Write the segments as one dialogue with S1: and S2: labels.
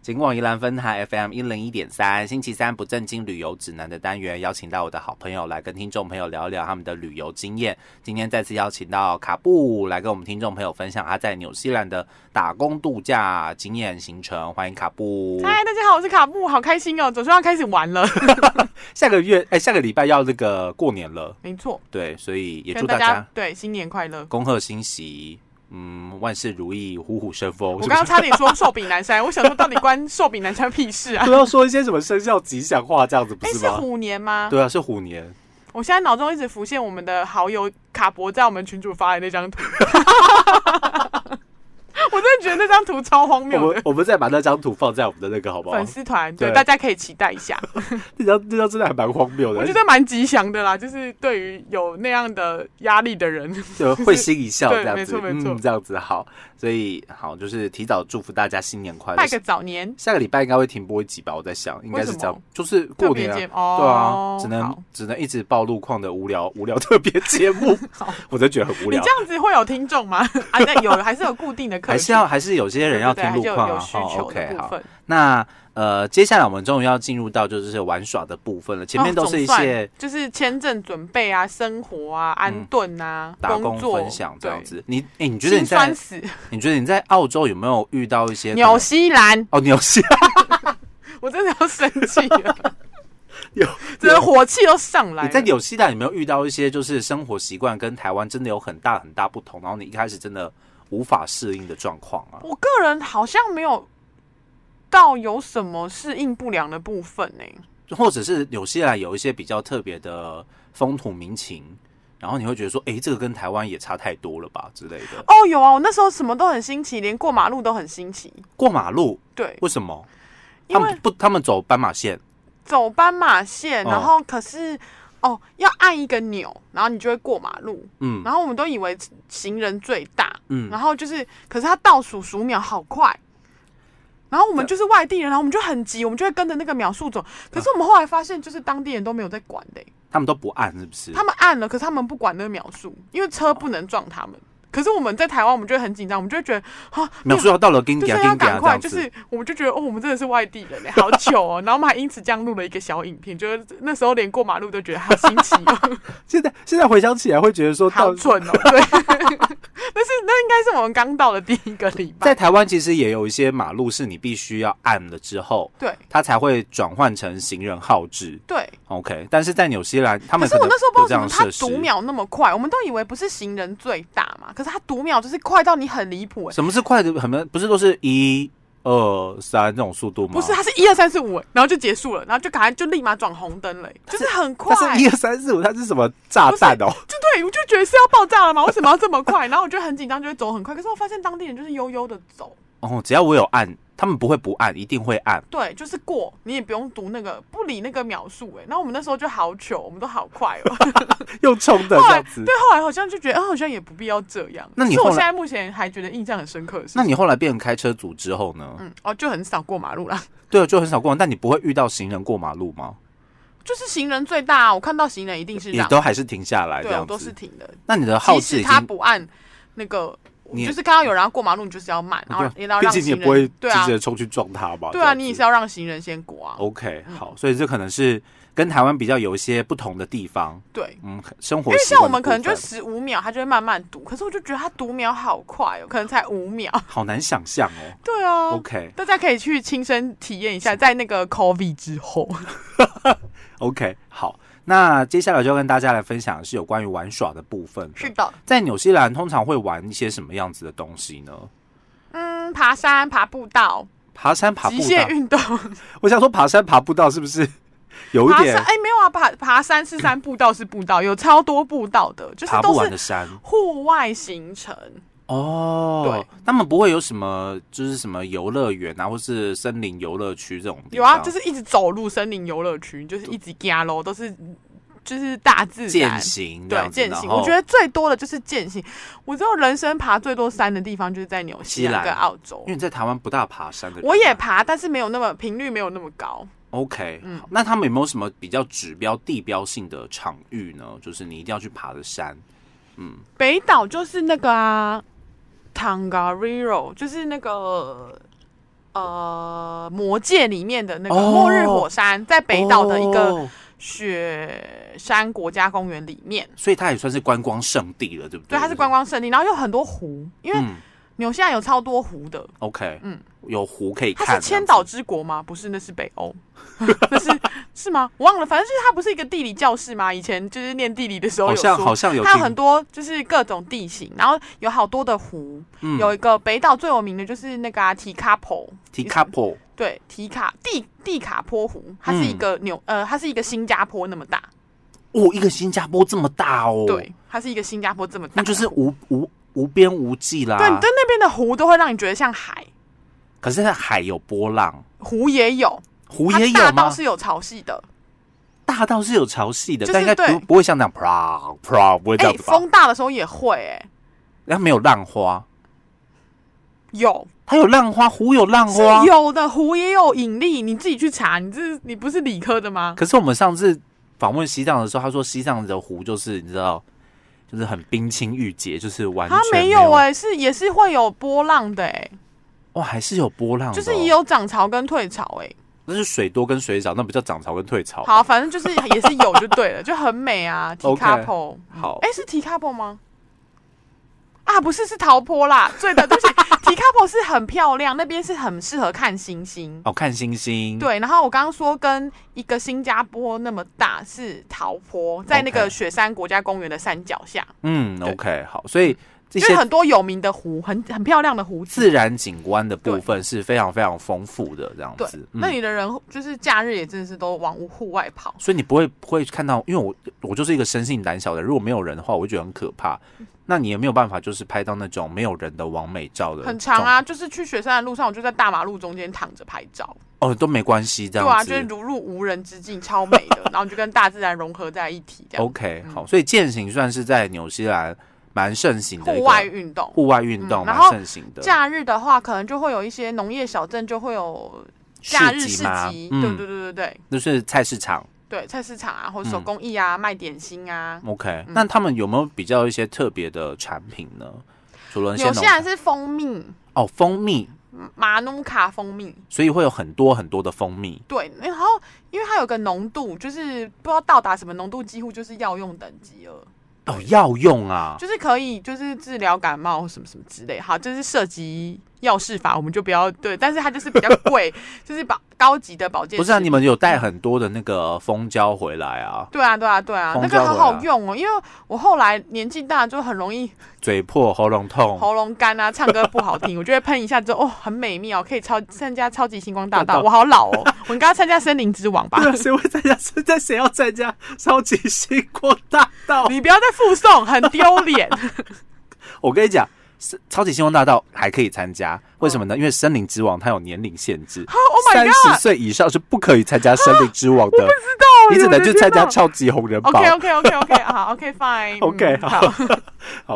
S1: 尽管宜兰分台 FM 一零一点三，星期三不正经旅游指南的单元，邀请到我的好朋友来跟听众朋友聊一聊他们的旅游经验。今天再次邀请到卡布来跟我们听众朋友分享他在纽西兰的打工度假经验行程。欢迎卡布！
S2: 嗨，大家好，我是卡布，好开心哦，总算要开始玩了。
S1: 下个月哎、下个礼拜要那个过年了，
S2: 没错，
S1: 对，所以也
S2: 跟
S1: 祝大家
S2: 对新年快乐。
S1: 恭贺新喜，嗯，万事如意，虎虎生风。
S2: 我
S1: 是不
S2: 刚
S1: 是
S2: 刚差点说寿比南山，我想说到底关寿比南山屁事 啊？
S1: 不要说一些什么生肖吉祥话这样子，不
S2: 哎，
S1: 是
S2: 是
S1: 吗？
S2: 虎年吗？
S1: 对啊，是虎年。
S2: 我现在脑中一直浮现我们的好友卡博在我们群主发的那张 图，我真的觉得那张图超荒
S1: 我
S2: 谬
S1: 们
S2: 的。
S1: 我们再把那张图放在我们的那个好不好？
S2: 粉丝团对
S1: 对
S2: 大家可以期待一下，
S1: 那张那张真的还蛮荒谬的，
S2: 我觉得蛮吉祥的啦，就是对于有那样的压力 的人，
S1: 啊 就会心一笑
S2: 对
S1: 这样子，
S2: 没错没错
S1: 嗯，这样子好。所以好，就是提早祝福大家新年快乐
S2: 拜。个早年，
S1: 下个礼拜应该会停播一集吧，我在想应该是这
S2: 为什
S1: 样，就是过年
S2: 特别节
S1: 啊
S2: 目，哦
S1: 对啊，只
S2: 好
S1: 能只能一直报路况的无聊无 聊特别节目
S2: 好，
S1: 我真的觉得很无
S2: 你
S1: 聊
S2: 这。样子会有听众吗？ 啊，对，有还是有固定的客
S1: 还
S2: 群，
S1: 是要还是有些人要听
S2: 对
S1: 路
S2: 对对
S1: 况
S2: 还
S1: 啊，
S2: 是有有需
S1: 哦
S2: 求的
S1: ，OK，
S2: 部
S1: 好。
S2: 分。
S1: 那呃，接下来我们终于要进入到就是玩耍的部分了，前面
S2: 哦
S1: 都是一
S2: 总算
S1: 些
S2: 就是签证准备啊、生活啊、安顿啊、
S1: 嗯打工
S2: 作
S1: 分享这样，子。你哎、你
S2: 对
S1: 觉得你
S2: 心酸
S1: 在
S2: 死。
S1: 你觉得你在澳洲有没有遇到一些
S2: 纽西兰，
S1: 哦纽西兰
S2: 我真的要生气了，
S1: 有
S2: 真的火气都上来
S1: 你在
S2: 了。
S1: 纽西兰有没有遇到一些就是生活习惯跟台湾真的有很大很大不同，然后你一开始真的无法适应的状况啊？
S2: 我个人好像没有到有什么适应不良的部分欸呢、
S1: 或者是纽西兰有一些比较特别的风土民情，然后你会觉得说，哎、这个跟台湾也差太多了吧之类的。
S2: 哦，有啊，我那时候什么都很新奇，连过马路都很新奇。
S1: 过马路
S2: 对，
S1: 为什么？
S2: 因
S1: 他
S2: 为
S1: 们不，他们走斑马线
S2: 走斑马线，
S1: 哦
S2: 然后可是哦要按一个钮，然后你就会过马路。
S1: 嗯
S2: 然后我们都以为行人最大，
S1: 嗯
S2: 然后就是，可是他倒数数秒好快，然后我们就是外地人，然后我们就很急，我们就会跟着那个秒数走。可是我们后来发现，就是当地人都没有在管的欸、
S1: 他们都不按，是不是？
S2: 他们按了，可是他们不管那个秒数，因为车不能撞他们。可是我们在台湾，我们就会很紧张，我们就会觉得啊，
S1: 秒数要到了，给你
S2: 就是
S1: 给
S2: 要
S1: 你给
S2: 赶
S1: 这
S2: 快，
S1: 样
S2: 就
S1: 子。
S2: 是我们就觉得哦，我们真的是外地人嘞，好糗哦。然后我们还因此这样录了一个小影片，就是那时候连过马路都觉得好新奇哦，
S1: 现在现在回想起来，会觉得说
S2: 好
S1: 到
S2: 蠢哦。对， 但是那应该是我们刚到的第一个礼拜
S1: 在，台湾其实也有一些马路是你必须要按了之后，
S2: 对
S1: 它才会转换成行人号志。
S2: 对。
S1: OK，但是在纽西兰，他
S2: 可
S1: 们
S2: 是我
S1: 能
S2: 那时候不
S1: 有
S2: 知
S1: 这
S2: 道
S1: 样
S2: 为
S1: 的
S2: 什
S1: 设
S2: 么他
S1: 施
S2: 读。秒那么快，我们都以为不是行人最大嘛，可是他读秒就是快到你很离谱哎、
S1: 什么是快的？很多不是都是一二三这种速度吗？
S2: 不是，，他是一二三四五，5然后就结束了，然后就赶快就立马转红灯嘞、就是很快，
S1: 它是一二三四五，它是什么炸弹哦？
S2: 就对我就觉得是要爆炸了嘛，为什么要这么快？然后我就很紧张，就会走很快。可是我发现当地人就是悠悠的走，
S1: 哦，只要我有按，他们不会不按，一定会按。
S2: 对，就是过，你也不用读那个，不理那个秒数哎、然后我们那时候就好糗，我们都好快 哦。
S1: 又冲的
S2: 后
S1: 这
S2: 来
S1: 样子。
S2: 对，后来好像就觉得，啊，好像也不必要这样。
S1: 那你
S2: 是
S1: 后
S2: 我
S1: 来
S2: 现在目前还觉得印象很深刻的事情。
S1: 那你后来变成开车族之后呢？
S2: 嗯，哦，就很少过马路啦。
S1: 对，啊就很少过，但你不会遇到行人过马路吗？
S2: 就是行人最大，我看到行人一定是
S1: 也
S2: 让，
S1: 都还是停下来这
S2: 对我
S1: 样
S2: 都是
S1: 子。
S2: 停的，
S1: 那你的
S2: 即
S1: 号志
S2: 使
S1: 已
S2: 他
S1: 经，
S2: 不按那个，
S1: 你也啊
S2: 就是看到有人要过马路，你就是要慢，然后也要
S1: 毕
S2: 让
S1: 竟你也
S2: 行
S1: 不会
S2: 人，
S1: 直
S2: 对啊，
S1: 接冲去撞他吧？
S2: 对
S1: 这
S2: 啊，
S1: 样哦子
S2: 你也是要让行人先过啊，
S1: OK，好，所以这可能是跟台湾比较有一些不同的地方，
S2: 对。
S1: 嗯，生活
S2: 因为
S1: 习
S2: 像
S1: 惯的部分。
S2: 我们可能就十五秒，他就会慢慢读，可是我就觉得他读秒好快哦，可能才五秒。
S1: 好难想象哦。
S2: 对啊
S1: OK
S2: 大家可以去亲身体验一下，在那个 COVID 之后，
S1: OK，好，那接下来就要跟大家来分享的是有关于玩耍的部分。
S2: 是的，
S1: 在纽西兰通常会玩一些什么样子的东西呢？
S2: 嗯，爬山、爬步道、
S1: 爬山、爬步
S2: 极限
S1: 道。
S2: 运动、
S1: 我想说，爬山、爬步道是不是 有一
S2: 爬
S1: 点
S2: 山哎、没有啊，爬爬山是山，步道是步道，有超多步道的，就是
S1: 爬不
S2: 哎都
S1: 完
S2: 是
S1: 的山？
S2: 户外行程。
S1: 哦，
S2: 对，
S1: 他们不会有什么就是什么游乐园啊，或是森林游乐区这种地
S2: 有啊，
S1: 方
S2: 就是一直走路森林游乐区，就是一直加喽，都是就是大自然
S1: 践。行这
S2: 对
S1: 样子。哦
S2: 践行，
S1: 然后
S2: 我觉得最多的就是践行。我知道人生爬最多山的地方就是在纽西兰嗯
S1: 西兰
S2: 跟澳洲
S1: 因为，你在台湾不大爬山的人啊，
S2: 我也爬，但是没有那么频率没有那么高。
S1: OK，、
S2: 嗯
S1: 那他们有没有什么比较指标地标性的场域呢？就是你一定要去爬的山，嗯，
S2: 北岛就是那个啊 t a n g a r i r o 就是那个呃个《魔戒》里面的那个末日火山，在北岛的一个
S1: 哦
S2: 雪山国家公园里面。
S1: 所以它也算是观光圣地了，对不对？
S2: 对，它是观。光胜地，然后有很多湖，因为
S1: 嗯
S2: 纽西兰有超多湖的。
S1: ，OK，
S2: 嗯
S1: 嗯，有湖可以看。啊
S2: 它是千岛之国吗？不是，那是北欧， 那是是吗？我忘了，反正就是它不是一个地理教室吗？以前就是念地理的时候
S1: 好
S2: 有
S1: 像
S2: 说
S1: 好像有嗯
S2: 它有
S1: 听
S2: 很多就是各种地形，然后有好多的湖，
S1: 嗯
S2: 有一个北岛最有名的就是那个啊提卡坡，
S1: t i k a p o
S2: 对提卡蒂蒂卡坡湖，它是一个
S1: 嗯
S2: 纽、呃，它是一个新加坡那么大，
S1: 哦，一个新加坡这么大哦，
S2: 对，，它是一个新加坡这么大，
S1: 那就是啊无无无边无际啦。
S2: 对，你对那边的湖都会让你觉得像海，
S1: 可是海有波浪，
S2: 湖也有，
S1: 湖也
S2: 它大
S1: 有
S2: 到
S1: 吗？
S2: 是有潮汐的，
S1: 大到是有潮汐的，
S2: 就是
S1: 但应该
S2: 对
S1: 不不会像那样啪啪不会这
S2: 哎、
S1: 样子吧？
S2: 风大的时候也会、哎，
S1: 它没有浪花，
S2: 有
S1: 它有浪花，湖有浪
S2: 是
S1: 花。
S2: 有的，湖也有引力，你自己去查，你这你不是理科的吗？
S1: 可是我们上次访问西藏的时候，他说西藏的湖就是你知道，就是很冰清玉洁，就是完全
S2: 它没有
S1: 有
S2: 哎、是也是会有波浪的哎、
S1: 哇，还是有波浪的哦、
S2: 就是也有涨潮跟退潮哎、
S1: 那是水多跟水少，那不叫涨潮跟退潮。
S2: 好，反正就是 也是有就对了，就很美啊。提
S1: 哦 OK 哦
S2: 卡坡，
S1: 好
S2: 哎、是提卡坡吗？啊，不是，是陶坡啦。对的，对不起，提卡坡是很漂亮，那边是很适合看星星。
S1: 哦，看星星，，
S2: 对，然后我刚刚说跟一个新加坡那么大是陶坡，在那个
S1: OK
S2: 雪山国家公园的山脚下，
S1: 嗯
S2: 对
S1: ，OK，好，所以这
S2: 就
S1: 些
S2: 是很多有名的湖，很很漂亮的湖
S1: 自
S2: 子。
S1: 然景观的部分是非常非常丰富的，这样
S2: 对
S1: 子。，嗯
S2: 那你的人就是假日也真的是都往户外跑。
S1: 所以你不会不会看到，因为我我就是一个生性胆小的人，如果没有人的话，我会觉得很可怕。
S2: 嗯
S1: 那你也没有办法，就是拍到那种没有人的完美照的，
S2: 很长，啊，就是去雪山的路上，我就在大马路中间躺着拍照。
S1: 哦，都没关系，这
S2: 对啊，
S1: 样子。
S2: 就是如入无人之境，超美的，然后你就跟大自然融合在一起，这样
S1: OK，
S2: 嗯
S1: 好，所以践行算是在纽西兰蛮盛行的一
S2: 户
S1: 个
S2: 外运动。
S1: 户外运动，
S2: 嗯
S1: 蛮
S2: 然后
S1: 盛行的。
S2: 假日的话，可能就会有一些农业小镇就会有假日市
S1: 吗？
S2: 集，对对
S1: 嗯，
S2: 对对对
S1: 就是菜市场。
S2: 对，菜市场啊，或者手工艺啊，卖点心啊。
S1: OK，那他们有没有比较一些特别的产品呢？除了那些
S2: 纽
S1: 农
S2: 西兰是蜂蜜，
S1: 哦蜂蜜，
S2: 马努卡蜂蜜。
S1: 所以会有很多很多的蜂蜜。
S2: 对，然后因为它有个浓度，就是不知道到达什么浓度，几乎就是药用等级了。
S1: 哦，药用啊，
S2: 就是可以，就是治疗感冒什么什么之类。好，就是涉及药事法，我们就不要对，但是它就是 比较贵，就是保高级的保健。
S1: 不是啊？你。们有带很多的那个蜂胶回来啊？
S2: 对啊，对啊，对啊，那
S1: 蜂
S2: 个
S1: 胶
S2: 好
S1: 回来
S2: 好用哦，因为我后来年纪大，就很容易
S1: 嘴破、喉咙痛，
S2: 喉咙干啊，唱歌不好听，我就会喷一下之后，哦，很美妙，可以超参加超级星光大道，
S1: 大道
S2: 我好老哦，我应该要参加森林之王吧？
S1: 啊，谁会参加？现在谁要参加超级星光大道？
S2: 你不要再附送，很丢脸。
S1: 我跟你讲。是超级星光大道还可以参加，为什么呢？因为森林之王它有年龄限制，
S2: Oh
S1: 三
S2: my
S1: 十
S2: god！
S1: 岁以上是不可以参加森林之王 的，
S2: 我
S1: 你只能
S2: 的
S1: 去
S2: 天
S1: 参加
S2: 哪
S1: 超级红人榜
S2: OK。OK OK OK，好 OK fine 嗯。
S1: OK，好好，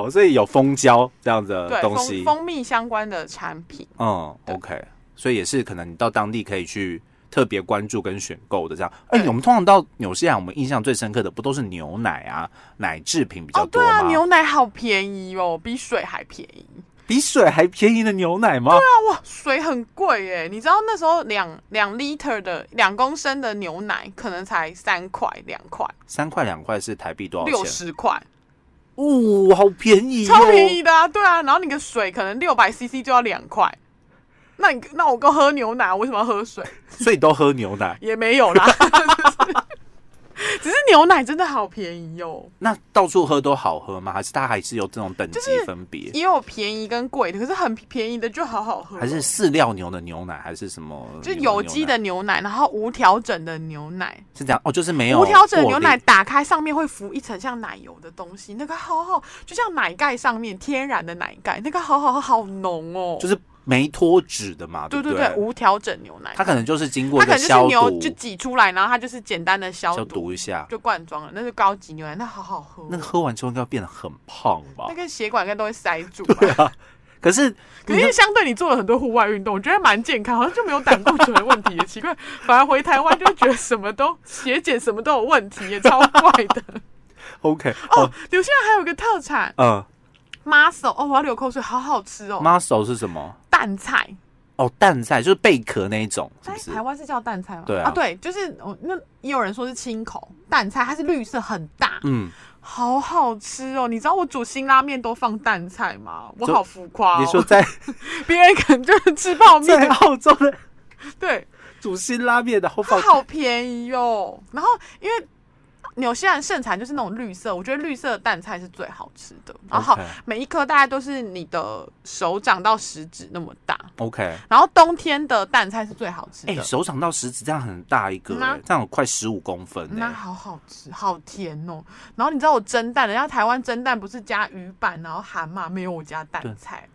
S1: 哦所以有蜂胶这样的
S2: 对
S1: 东
S2: 蜂
S1: 西，
S2: 蜂蜜相关的产品。
S1: 嗯
S2: 对
S1: ，OK，所以也是可能你到当地可以去特别关注跟选购的这样。哎、
S2: 对
S1: 我们通常到纽西兰，我们印象最深刻的不都是牛奶啊、奶制品比较
S2: 哦，
S1: 多
S2: 对
S1: 吗？
S2: 啊，牛奶好便宜哦，比水还便宜。
S1: 比水还便宜的牛奶吗？
S2: 哇，水很贵耶！你知道那时候两两 liter 的两公升的牛奶可能才三块、两块、
S1: 三块两块是台币多少
S2: 六
S1: 钱？
S2: 十块，
S1: 哎哦，好便宜、哦，
S2: 超便宜的啊！对啊，然后你的水可能六百 CC 就要两块。那你那我刚喝牛奶，我为什么要喝水？
S1: 所以都喝牛奶。
S2: 也没有啦， 只是牛奶真的好便宜哦，
S1: 那到处喝都好喝吗？还是它还是有这种等级分别？
S2: 也有便宜跟贵的，可是很便宜的就好好喝哦、
S1: 还是饲料牛的牛奶，还是什么牛？
S2: 就是有机的
S1: 牛奶
S2: 牛奶，然后无调整的牛奶，
S1: 是这样哦，就是没有
S2: 无调整的牛
S1: 过
S2: 奶
S1: 滤
S2: 打开上面会浮一层像奶油的东西，那个好好，就像奶盖上面天然的奶盖，那个好好好浓哦。
S1: 就是没脱脂的嘛，
S2: 对
S1: 不
S2: 对对，无调整牛奶，
S1: 它可能就是经过
S2: 它
S1: 一
S2: 可能
S1: 个
S2: 就是
S1: 消
S2: 牛
S1: 毒，
S2: 就挤出来，然后它就是简单的消
S1: 消
S2: 毒，
S1: 毒一下。
S2: 就灌装了，那是高级牛奶，那好好喝哦。
S1: 那个喝完之后应该变得很胖吧
S2: 那？个血管应该都会塞住吧。
S1: 可是
S2: 可
S1: 你
S2: 是相对你做了很多户外运动，我觉得蛮健康，好像就没有胆固醇的问题耶。奇怪，反而回台湾就觉得什么都血检什么都有问题耶，也超怪的。
S1: OK
S2: 哦
S1: 哦，
S2: 纽西兰还有个特产
S1: 嗯
S2: muscle，哦，我要流口水，好好吃哦，
S1: ，muscle 是什么？
S2: 蛋菜，
S1: 哦，蛋菜就是贝壳那一种，是
S2: 哎
S1: 不，是？
S2: 台湾是叫蛋菜吗？
S1: 对啊
S2: 啊，对，就是我那也有人说是青口蛋菜，它是绿色很大，
S1: 嗯，
S2: 好好吃哦！你知道我煮辛拉面都放蛋菜吗？我
S1: 就
S2: 好浮夸
S1: 你说
S2: 哦！
S1: 在
S2: 别人可能就是吃 泡
S1: 在
S2: 面，
S1: 澳洲的
S2: 对，
S1: 煮辛拉面，然后
S2: 它
S1: 放
S2: 好便宜哦。然后因为纽西兰盛产就是那种绿色，我觉得绿色的蛋菜是最好吃的。然后
S1: OK
S2: 每一颗大概都是你的手掌到食指那么大。
S1: OK，
S2: 然后冬天的蛋菜是最好吃
S1: 哎、
S2: 的，
S1: 手掌到食指这样很大一个、
S2: 嗯啊
S1: 哎，这样有快十五公分、
S2: 那
S1: 哎，
S2: 好好吃，好甜哦。然后你知道我蒸蛋，人家台湾蒸蛋不是加鱼板，然后蛤蟆，没有我加蛋菜，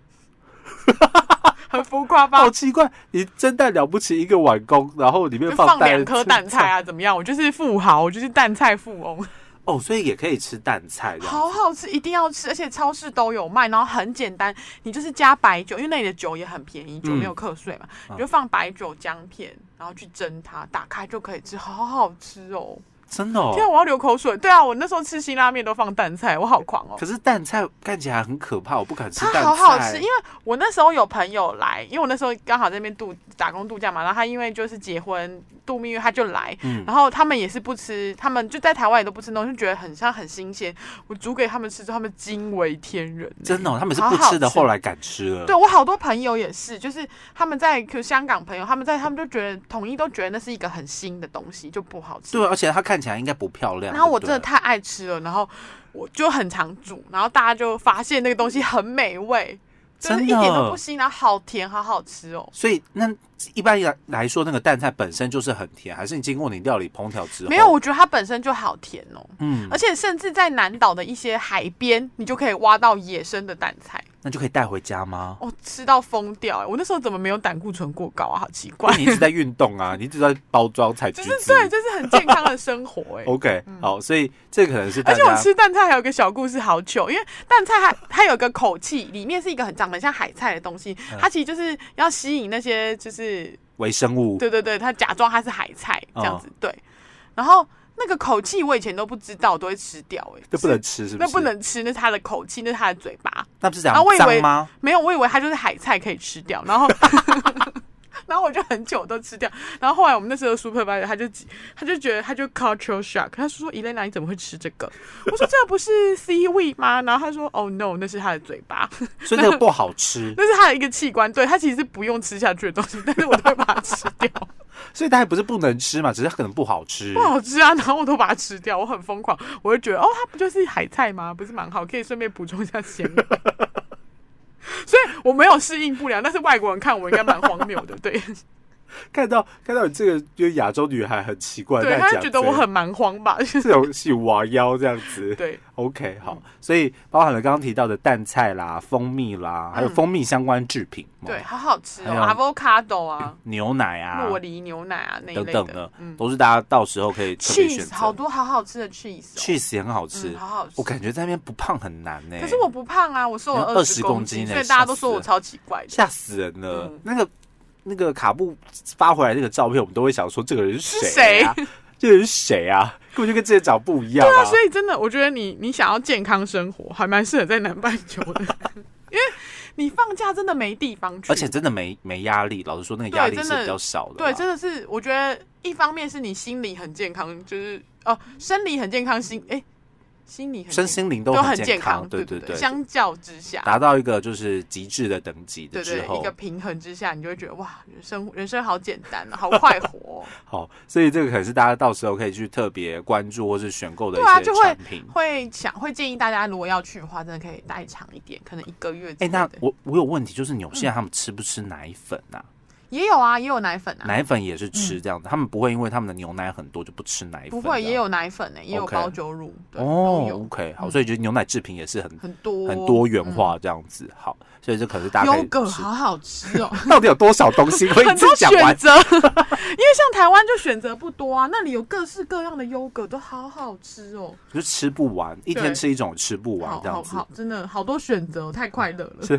S2: 很浮夸 吧
S1: 好？奇怪，你蒸蛋了不起一个碗公，然后里面
S2: 就放
S1: 蛋
S2: 两颗蛋菜啊，怎么样？我就是富豪，我就是蛋菜富翁，
S1: 哦，所以也可以吃蛋菜这样。
S2: 好好吃，一定要吃，而且超市都有卖，然后很简单，你就是加白酒，因为那里的酒也很便宜，酒
S1: 嗯
S2: 没有课税嘛，
S1: 啊
S2: 你就放白酒姜片，然后去蒸它，打开就可以吃，好好吃哦！
S1: 真的哦
S2: 天、。啊，我要流口水。对啊，我那时候吃辛拉面都放蛋菜，我好狂哦。
S1: 可是蛋菜看起来很可怕，我不敢吃
S2: 它
S1: 蛋菜。
S2: 好好吃，因为我那时候有朋友来，因为我那时候刚好在那边度打工度假嘛，然后他因为就是结婚度蜜月，他就来，
S1: 嗯
S2: 然后他们也是不吃，他们就在台湾也都不吃那种，就觉得很像很新鲜。我煮给他们吃之后，他们惊为天人、
S1: 真的、哦，他们是
S2: 好
S1: 不
S2: 好
S1: 吃的，
S2: 吃
S1: 后来敢吃了。
S2: 对我好多朋友也是，就是他们在就香港朋友，他们在他们就觉得统一都觉得那是一个很新的东西，就不好吃。
S1: 对，而且它看起来应该不漂亮。
S2: 然后我
S1: 对啊不对
S2: 真的太爱吃了，然后我就很常煮，然后大家就发现那个东西很美味，就是
S1: 真
S2: 一
S1: 的
S2: 点都不腥，然后好甜，好好吃哦。
S1: 所以那一般来来说，那个蛋菜本身就是很甜，还是你经过你料理烹调之后？
S2: 没有，，我觉得它本身就好甜哦，
S1: 哦嗯，
S2: 而且甚至在南岛的一些海边，你就可以挖到野生的蛋菜，
S1: 那就可以带回家吗？
S2: 哦，吃到疯掉、哎我那时候怎么没有胆固醇过高啊？好奇
S1: 因
S2: 怪
S1: 为，你一直在运动 啊，你一直在包装采橘
S2: 就
S1: 子。
S2: 是。对，就是很健康的生活、哎
S1: OK，、好， 所以这可能是大
S2: 而且我
S1: 家
S2: 吃蛋菜还有个小故事，好糗，因为蛋菜 它它有个口气，里面是一个很长得很像海菜的东西，
S1: 嗯
S2: 它其实就是要吸引那些就是
S1: 微生物
S2: 对对对，它假装它是海菜
S1: 哦
S2: 这样子，对。然后那个口气我以前都不知道，我都会吃掉、欸，哎，
S1: 这不能吃，是不是？
S2: 那不，能吃，那是它的口气，那是它的嘴巴。
S1: 那不是讲
S2: 啊我以
S1: 脏
S2: 为
S1: 吗？
S2: 没有，我以为它就是海菜可以吃掉，然后。 然后我就很久都吃掉，然后后来我们那时候 supervisor 他就他就觉得他就 cultural shock，他说 Elena 你怎么会吃这个？我说这不是 seaweed 吗？然后他说 Oh no，那是他的嘴巴，
S1: 所以那个不好吃，
S2: 那是他的一个器官，对他其实是不用吃下去的东西，但是我都会把它吃掉，
S1: 所以它也不是不能吃嘛，只是它可能不好吃
S2: 不。好吃啊，然后我都把它吃掉，我很疯狂，我就觉得哦，它不就是海菜吗？不是蛮好，可以顺便补充一下纤维。 所以我没有适应不良，但是外国人看我应该蛮荒谬的，对。
S1: 看到看到你这个就是亚洲女孩很奇怪，
S2: 对，
S1: 呃在
S2: 他
S1: 讲
S2: 就觉得我
S1: 这个
S2: 很蛮荒吧， 就是
S1: 这种是娃腰这样子。
S2: 对，
S1: OK，好，所以包含了刚刚提到的蛋菜啦、蜂蜜啦，还有蜂蜜相关制品，
S2: 嗯对，
S1: 哦，
S2: 好好吃哦
S1: 还有
S2: ，avocado 啊，
S1: 牛奶啊
S2: 洛梨牛奶啊那一
S1: 等
S2: 类
S1: 等的
S2: 的，嗯
S1: 都是大家到时候可以特别选
S2: ，cheese 好
S1: 择。
S2: 多好好吃的 cheese，哦
S1: cheese 也很好吃
S2: 嗯，，好好吃。
S1: 我感觉在那边不胖很难欸呢。
S2: 可是我不胖啊，我瘦了
S1: 嗯
S2: 二
S1: 20
S2: 十
S1: 公斤
S2: 斤，
S1: 欸
S2: 所以大家
S1: 吓
S2: 都
S1: 死
S2: 说我
S1: 了
S2: 超奇怪的。
S1: 吓死人了！
S2: 嗯
S1: 那个那个卡布发回来那个照片，我们都会想说这个人是
S2: 是
S1: 谁、啊？这人是谁啊？根本就跟之前长不一样、啊。
S2: 对啊，所以真的，我觉得你你想要健康生活，还蛮适合在南半球的，因为你放假真的没地方去，
S1: 而且真的没没压力，老实说，那个压力是比较少的啦。
S2: 对，真的是，我觉得一方面是你心理很健康，就是哦、生理很健康，心哎、心理很
S1: 身
S2: 健
S1: 心灵都
S2: 都
S1: 很
S2: 健
S1: 康，
S2: 对
S1: 对
S2: 对。相较之下，
S1: 达到一个就是极致的等级
S2: 对
S1: 的之
S2: 对
S1: 后
S2: 一个，平衡之下，你就会觉得哇，人生人生好简单啊，好快活哦、
S1: 好，所以这个可能是大家到时候可以去特别关注或是选购的一
S2: 对啊
S1: 些
S2: 就会
S1: 产品。
S2: 会想会建议大家，如果要去的话，真的可以待长一点，可能一个月之
S1: 哎、
S2: 类的。
S1: 那我我有问题，就是纽
S2: 嗯
S1: 西兰他们吃不吃奶粉啊？
S2: 也有啊，也有奶粉啊，
S1: 奶粉也是吃这样子，他们不会因为他们的牛奶很多就不吃奶粉这
S2: 不
S1: 样。
S2: 会也有奶粉呢、欸也有
S1: OK
S2: 包酒乳，对，
S1: 哦
S2: 都有
S1: ，OK，好，
S2: 嗯
S1: 所以就是牛奶制品也是很
S2: 很多嗯
S1: 很多元化这样子，好，所以这可能是大家可
S2: 优
S1: 以
S2: 格
S1: 吃
S2: 好好吃 哦，
S1: 到底有多少东 西可以
S2: 很
S1: 自
S2: 多
S1: 己讲完
S2: 选？择，因为像台湾就选择不多啊，那里有各式各样的优格，都好好吃哦，
S1: 就吃不完，一天
S2: 对
S1: 吃一种吃不完
S2: 好
S1: 这样
S2: 好
S1: 子。
S2: 好，真的好多选择哦，太快乐了，
S1: 是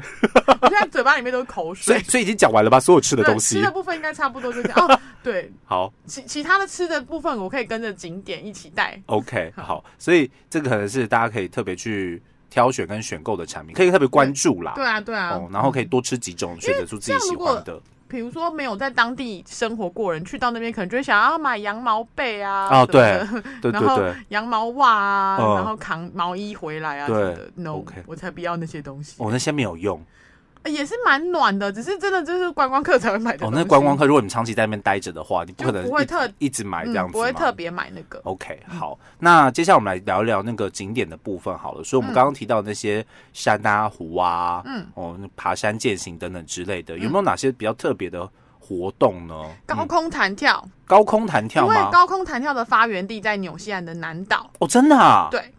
S2: 我现在嘴巴里面都是口
S1: 所
S2: 水
S1: 以，。所以已经讲完了吧？所有吃的
S2: 对，
S1: 东西
S2: 吃的。部分应该差不多就这样。哦，对，
S1: 好
S2: 其其他的吃的部分我可以跟着景点一起带。
S1: ，OK，
S2: 好
S1: 好，所以这个可能是大家可以特别去挑选跟选购的产品，可以特别关注啦。哦
S2: 对啊，对啊。嗯
S1: 哦，然后可以多吃几种，选择出自己喜欢的。
S2: 比如说没有在当地生活过人，去到那边可能就会想要买羊毛被啊，
S1: 哦
S2: 什么的
S1: 对对
S2: 然后
S1: 对，
S2: 羊毛袜啊，
S1: 嗯
S2: 然后扛毛衣回来啊什
S1: 对
S2: 么的。No，
S1: OK
S2: 我才不要那些东西，
S1: 哦，那些没有用。
S2: 呃也是蛮暖的，只是真的就是观光客才会买的
S1: 哦
S2: 东，西。
S1: 那观光客，如果你长期在那边待着的话，你不可能
S2: 就不会
S1: 一
S2: 特
S1: 一直买这样子、嘛。
S2: 嗯，
S1: 哦嗯
S2: 不会特别买那个。
S1: OK，好，那接下来我们来聊一聊那个景点的部分好了。所以我们刚刚提到那些山啊、湖啊，嗯，哦，那爬山、践行等等之类的，有没有哪些比较特别的活动呢？
S2: 嗯高
S1: 嗯
S2: 空弹跳，
S1: 高空弹跳
S2: 因为
S1: 吗？
S2: 高空弹跳的发源地在纽西兰的南岛，
S1: 哦，真的啊？
S2: 对，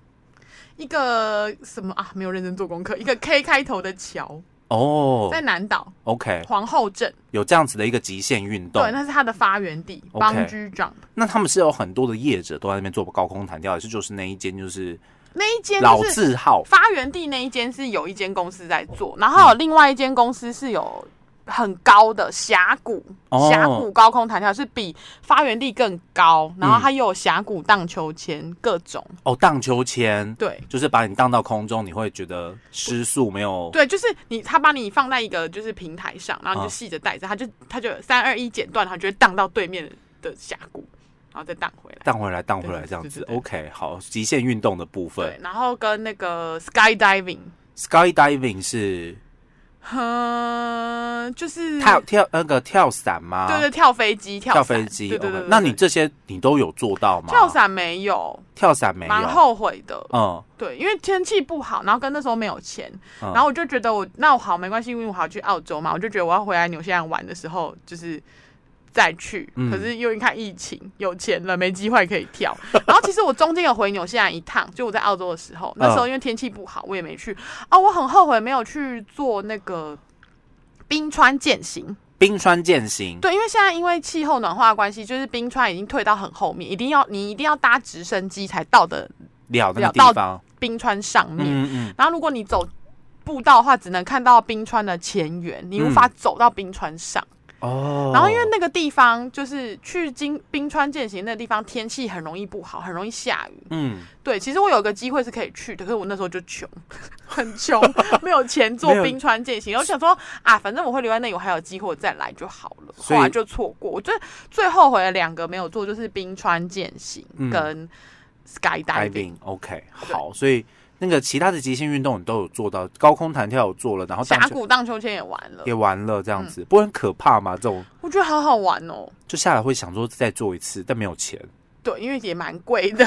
S2: 一个什么啊？没有认真做功课，一个 K 开头的桥
S1: 哦
S2: 在南岛
S1: ，OK，
S2: 皇后镇，
S1: 有这样子的一个极限运动
S2: 对，。那是它的发源地。
S1: OK
S2: Bungee jump
S1: 那他们是有很多的业者都在那边做高空弹跳，也是就是那一间就是
S2: 那一间
S1: 老
S2: 就是
S1: 字号
S2: 发源地那一间是有一间公司在做，然
S1: 嗯
S2: 后有另外一间公司是有。很高的峡谷，
S1: 哦
S2: 峡谷高空弹跳是比发源地更高，
S1: 嗯
S2: 然后它又有峡谷荡秋千各种，
S1: 哦，荡秋千，
S2: 对，
S1: 就是把你荡到空中，你会觉得失速没有
S2: 对，就是你，他把你放在一个就是平台上，然后你
S1: 啊
S2: 就系着带子，他就他就三二一剪断，然后就会荡到对面的峡谷，然后再荡回来。
S1: 荡回来，荡回来
S2: 对
S1: 这样
S2: 对
S1: 子。
S2: 对
S1: OK，好，极限运动的部
S2: 对
S1: 分，
S2: 然后跟那个 skydiving，
S1: ，skydiving 是
S2: 嗯，就是
S1: 跳跳那个跳伞吗？
S2: 对对，跳飞机，跳
S1: 跳
S2: 伞
S1: 飞机。
S2: 对对
S1: OK，
S2: 对对。
S1: 那你
S2: 对
S1: 这些你都有做到吗？
S2: 跳伞没有，
S1: 跳伞没
S2: 蛮
S1: 有？
S2: 后悔的。
S1: 嗯，
S2: 对，因为天气不好，然后跟那时候没有钱，
S1: 嗯
S2: 然后我就觉得我那我好没关系，因为我还要去澳洲嘛，我就觉得我要回来纽西兰玩的时候就是再去，
S1: 嗯
S2: 可是又你看疫情，有钱了没机会可以跳。 然后其实我中间有回纽西兰一趟，就我在澳洲的时候，那
S1: 嗯
S2: 时候因为天气不好，我也没去啊，我很后悔没有去做那个。冰川践行，
S1: 冰川健行。
S2: 对，因为现在因为气候暖化的关系，就是冰川已经退到很后面，一定要你一定要搭直升机才到的
S1: 了那
S2: 了
S1: 个地方，
S2: 冰川上面。
S1: 嗯嗯，
S2: 然后如果你走步道的话，只能看到冰川的前缘，你无法走到冰川上。
S1: 哦。
S2: 然后因为那个地方就是去经冰川践行那个地方，天气很容易不好，很容易下雨。
S1: 嗯，
S2: 对，其实我有个机会是可以去的，可是我那时候就穷，很 穷，没有钱做
S1: 没有
S2: 冰川践行。然后想说啊，反正我会留在那里，我还有机会我再来就好了。
S1: 所以
S2: 后来就错过。我最最后悔的两个没有做，就是冰川践行
S1: 嗯
S2: 跟 skydiving。
S1: diving OK，好，所以那个其他的极限运动你都有做到，高空弹跳有做了，然后荡
S2: 峡
S1: 秋
S2: 谷嗯荡秋千也玩了
S1: 也，玩了，这样子不会很可怕吗？这种
S2: 我觉得好好玩哦。
S1: 就下来会想说再做一次，但没有钱。
S2: 对，因为也蛮贵的，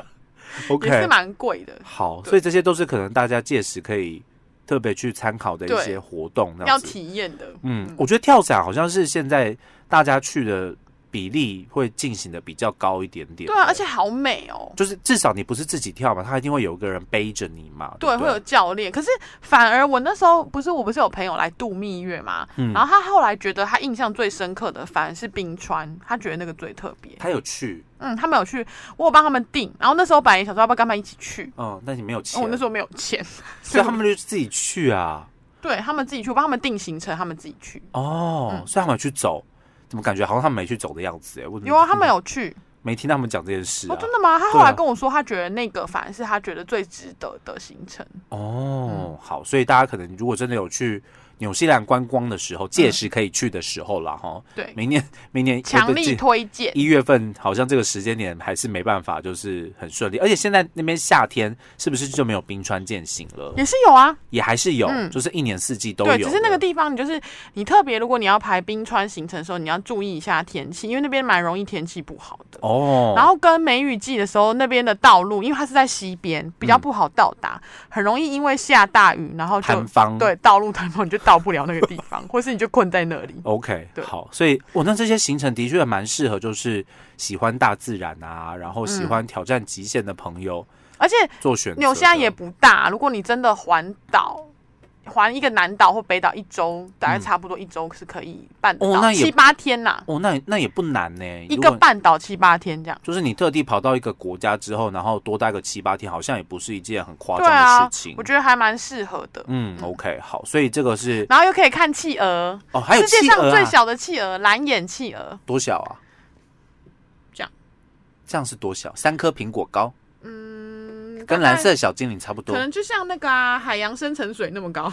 S1: OK，
S2: 也是蛮贵的，
S1: 好，
S2: 对
S1: 所以这些都是可能大家届时可以特别去参考的一些
S2: 对
S1: 活动，这
S2: 要
S1: 样子。
S2: 体验的。
S1: 嗯，我觉得跳伞好像是现在大家去的比例会进行的比较高一点点。
S2: 对啊，而且好美哦。
S1: 就是至少你不是自己跳嘛，他一定会有一个人背着你嘛。对啊
S2: 对，
S1: 不
S2: 会
S1: 对，
S2: 有教练。可是反而我那时候不是我不是有朋友来度蜜月嘛，
S1: 嗯
S2: 然后他后来觉得他印象最深刻的反而是冰川，他觉得那个最特别。
S1: 他有去，
S2: 嗯，他们有去，我有帮他们订。然后那时候本来也想说要不要跟他们一起去，
S1: 嗯，但你没有
S2: 哦
S1: 钱，
S2: 我那时候没有钱，
S1: 所以他们就自己去啊。
S2: 对他们自己去，我帮他们订行程，他们自己去。
S1: 哦，
S2: 嗯
S1: 所以他们有去走，怎么感觉好像他们没去走的样子？哎，我怎么
S2: 有啊，他们有去。
S1: 没听他们讲这件事啊
S2: 哦，？真的吗？他后
S1: 对啊
S2: 来跟我说，他觉得那个反而是他觉得最值得的行程。
S1: 哦，好，所以大家可能如果真的有去纽西兰观光的时候，届时可以去的时候啦，哈、
S2: 嗯对，
S1: 明年明年
S2: 强力推荐。
S1: 一月份好像这个时间点还是没办法，就是很顺利。而且现在那边夏天是不是就没有冰川健行了？
S2: 也是有啊，
S1: 也还是有，
S2: 嗯
S1: 就是一年四季都有
S2: 对，
S1: 的。
S2: 只是那个地方你就是你特别，如果你要排冰川行程的时候，你要注意一下天气，因为那边蛮容易天气不好的。
S1: 哦，
S2: 然后跟梅雨季的时候，那边的道路，因为它是在西边，比
S1: 嗯
S2: 较不好到达，很容易因为下大雨，然后就
S1: 摊方
S2: 对道路塌方，你就到不了那个地方， 或是你就困在那里。
S1: OK，
S2: 对
S1: 好，所以我、哦那这些行程的确蛮适合，就是喜欢大自然啊，然后喜欢挑战极限的朋友、
S2: 而且
S1: 做选择的。
S2: 嗯纽西兰也不大，如果你真的环岛。环一个南岛或北岛一周，大概
S1: 嗯
S2: 差不多一周是可以办得
S1: 哦
S2: 到、
S1: 那也
S2: 七八天呐、
S1: 哦，那那也不难呢、
S2: 一
S1: 如
S2: 个
S1: 果
S2: 半岛七八天这样。
S1: 就是你特地跑到一个国家之后，然后多待个七八天，好像也不是一件很夸
S2: 对
S1: 张的
S2: 啊
S1: 事情。
S2: 我觉得还蛮适合的。
S1: 嗯，OK，好，所以这个是
S2: 然后又可以看企鹅，
S1: 哦，还有
S2: 世界
S1: 企
S2: 上
S1: 鹅、
S2: 最
S1: 啊、
S2: 小的企鹅，蓝眼企鹅，
S1: 多小啊？
S2: 这样，
S1: 这样是多小？三颗苹果高，
S2: 嗯，
S1: 跟蓝色小精灵差不
S2: 大概
S1: 多
S2: 可。能就像那个、啊、海洋深层水那么高，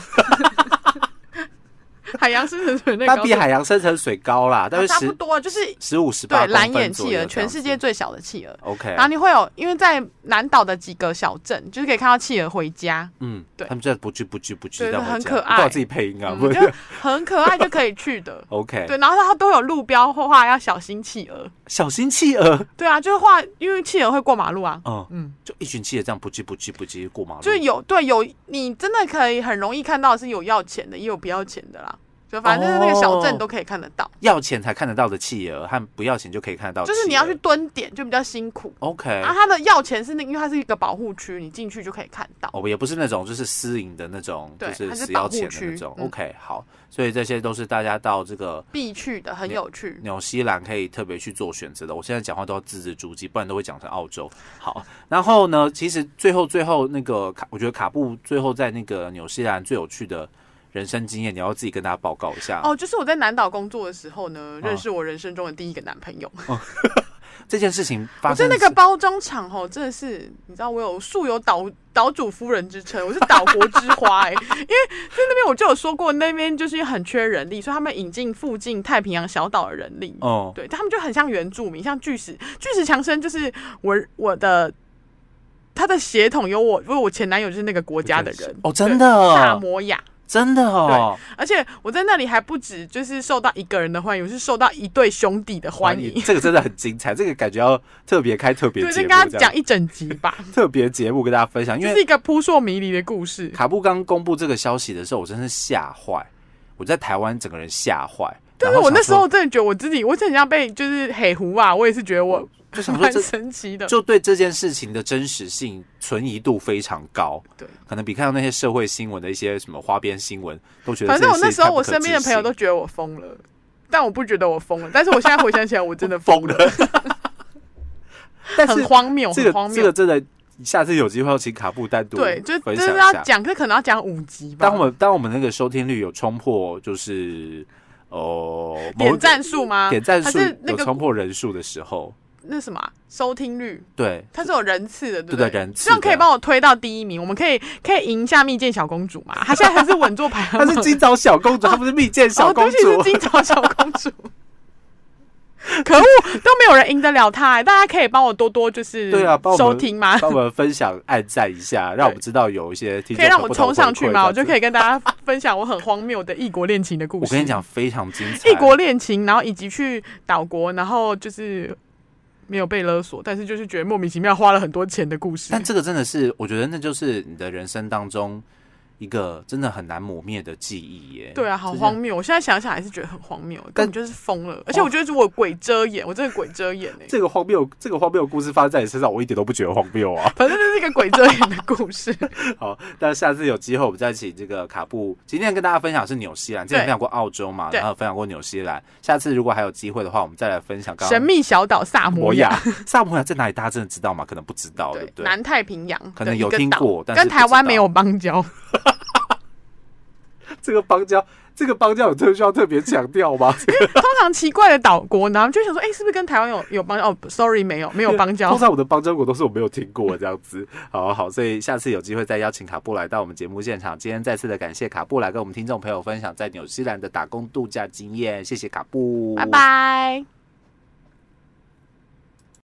S2: 海洋深层水那
S1: 它
S2: 高
S1: 比
S2: 度
S1: 海洋深层水高啦，大概
S2: 啊差不
S1: 十
S2: 多就是
S1: 十五十八
S2: 对
S1: 公分
S2: 蓝眼
S1: 左
S2: 企
S1: 右
S2: 鹅，
S1: 这样
S2: 全
S1: 子
S2: 世界最小的企鹅。
S1: OK，
S2: 然后你会有，因为在南岛的几个小镇，就是可以看到企鹅回家，
S1: 嗯，
S2: 对
S1: 他们就不去不去不去，
S2: 对
S1: 这样
S2: 很
S1: 回家
S2: 可
S1: 不好
S2: 爱
S1: 自己配音啊，
S2: 嗯
S1: 不。
S2: 就是很可爱，就可以去的
S1: OK，
S2: 对，然后它都有路标画要小心企鹅。
S1: 小心企鹅，
S2: 对啊，就是画，因为企鹅会过马路啊。
S1: 嗯，
S2: 嗯，
S1: 就一群企鹅这样不去不去不去过马路，
S2: 就是有对有，你真的可以很容易看到是有要钱的，也有不要钱的啦。就反正那个小镇都可以看得到，
S1: 要钱才看得到的企鹅和不要钱就可以看得到的企
S2: 就
S1: 鹅，
S2: 是你要去蹲点就比较辛苦。
S1: OK，
S2: 啊，它的要钱是那，因为它是一个保护区，你进去就可以看到。
S1: 哦，也不是那种就是私营的那种，就
S2: 对它是
S1: 死
S2: 保
S1: 要
S2: 护
S1: 钱的那
S2: 区
S1: 种。
S2: 嗯
S1: OK，好，所以这些都是大家到这个
S2: 必去的，很有趣。
S1: 纽西兰可以特别去做选择的。我现在讲话都要字字珠玑，不然都会讲成澳洲。好，然后呢，其实最后最后那个卡，我觉得卡布最后在那个纽西兰最有趣的人生经验，你要自己跟大家报告一下。
S2: 哦，就是我在南岛工作的时候呢，
S1: 嗯
S2: 认识我人生中的第一个男朋友。
S1: 这件事情
S2: 我
S1: 发
S2: 在
S1: 生
S2: 那
S1: 的
S2: 个
S1: 是
S2: 包装厂哦，真的是，你知道我有素有岛岛主夫人之称， 我是岛国之花哎、因为在那边我就有说过，那边就是因为很缺人力，所以他们引进附近太平洋小岛的人力。
S1: 哦，
S2: 对，他们就很像原住民，像巨石巨石强森，就是我我的他的血统有我，因为我前男友就是那个国家的人
S1: 哦，真
S2: 对萨
S1: 的，
S2: 摩亚，
S1: 真的哦，
S2: 而且我在那里还不止就是受到一个人的欢迎，我是受到一对兄弟的欢迎。
S1: 这个真的很精彩，这个感觉要特别开特别
S2: 对，
S1: 节
S2: 就
S1: 目
S2: 跟
S1: 这
S2: 他
S1: 样，
S2: 讲一整集吧，
S1: 特别节目跟大家分享，因
S2: 就
S1: 为
S2: 是一个扑朔迷离的故事。
S1: 卡布刚公布这个消息的时候，我真是吓坏，我在台湾整个人吓坏。
S2: 但
S1: 然
S2: 是
S1: 后
S2: 我那
S1: 想
S2: 时候真的觉得我自己，我真的很像被就是黑胡啊，我也是觉得我
S1: 就想说
S2: 蛮
S1: 这
S2: 神奇的。
S1: 就对这件事情的真实性存疑度非常高，
S2: 对，
S1: 可能比看到那些社会新闻的一些什么花边新闻都觉得。
S2: 反正我那时候我身边的朋友都觉得我疯了，但我不觉得我疯了。但是我现在回想起来，我 真的
S1: 疯了，但是
S2: 很荒谬，
S1: 这
S2: 很荒
S1: 个这个
S2: 谬。
S1: 真的，下次有机会要请卡布单独
S2: 对，就
S1: 分
S2: 真
S1: 享
S2: 的
S1: 一
S2: 要
S1: 下。
S2: 讲，这可能要讲五集吧。
S1: 当我们当我们那个收听率有冲破，就是哦某一
S2: 点
S1: 个
S2: 赞数吗？
S1: 点赞
S2: 还
S1: 数
S2: 是那
S1: 有冲
S2: 个
S1: 破人数的时候，
S2: 那什么啊收听率，
S1: 对，
S2: 它是有人次的，对不
S1: 对人次的
S2: 这样可以帮我推到第一名。我们可以可以赢一下蜜饯小公主嘛？她现在还是稳坐排
S1: 她
S2: 行
S1: 是
S2: 榜
S1: 今早小公主，她不是蜜饯小公
S2: 哦、对
S1: 主
S2: 不。起是金朝小公 主。可恶，都没有人赢得了她、欸大家可以帮我多多就是
S1: 对啊，帮我
S2: 收
S1: 们
S2: 听吗？
S1: 帮我们分享、按赞一下，让我们知道有一些听众
S2: 可以让我
S1: 有不同
S2: 冲上去吗？
S1: 回馈
S2: 我就可
S1: 以。
S2: 以跟大家分享我很荒谬的异国恋情的故事。
S1: 我跟你，讲，非常精彩。
S2: 异国恋情，然后以及去岛国，然后就是没有被勒索，但是就是觉得莫名其妙花了很多钱的故事
S1: 但。这个真的是，我觉得那就是你的人生当中一个真的很难磨灭的记忆耶。
S2: 对啊，好
S1: 这是
S2: 荒谬！我现在想想还是觉得很荒谬，根本就是疯了。而且
S1: 哇
S2: 我觉得我鬼遮眼，我真的鬼遮眼哎、
S1: 这个荒谬，这个荒谬的故事发生在你身上，我一点都不觉得荒谬啊。
S2: 反正就是一个鬼遮眼的 故事。
S1: 好，那下次有机会我们再请这个卡布。今天跟大家分享是纽西兰，之前
S2: 对
S1: 分享过澳洲嘛，
S2: 对
S1: 然后分享过纽西兰。下次如果还有机会的话，我们再来分享刚刚
S2: 神秘小岛萨摩
S1: 摩
S2: 亚
S1: 亚，萨摩亚在哪里？大家真的知道吗？可能不知道，对不对？
S2: 南太平洋
S1: 可
S2: 的
S1: 能
S2: 一
S1: 有
S2: 个
S1: 听
S2: 岛
S1: 过但是
S2: 跟
S1: 不
S2: 台
S1: 知
S2: 湾没
S1: 道
S2: 有邦交。
S1: 这个邦交，这个邦交有特需要特别强调吗？
S2: 通常奇怪的岛国，然后就想说，哎、是不是跟台湾有有邦交？哦，sorry，没有，没 有邦交
S1: 通。常我的邦交国都是我没有听过这样子。好好，所以下次有机会再邀请卡布来到我们节目现场。今天再次的感谢卡布来跟我们听众朋友分享在纽西兰的打工度假经验，谢谢卡布，
S2: 拜。拜。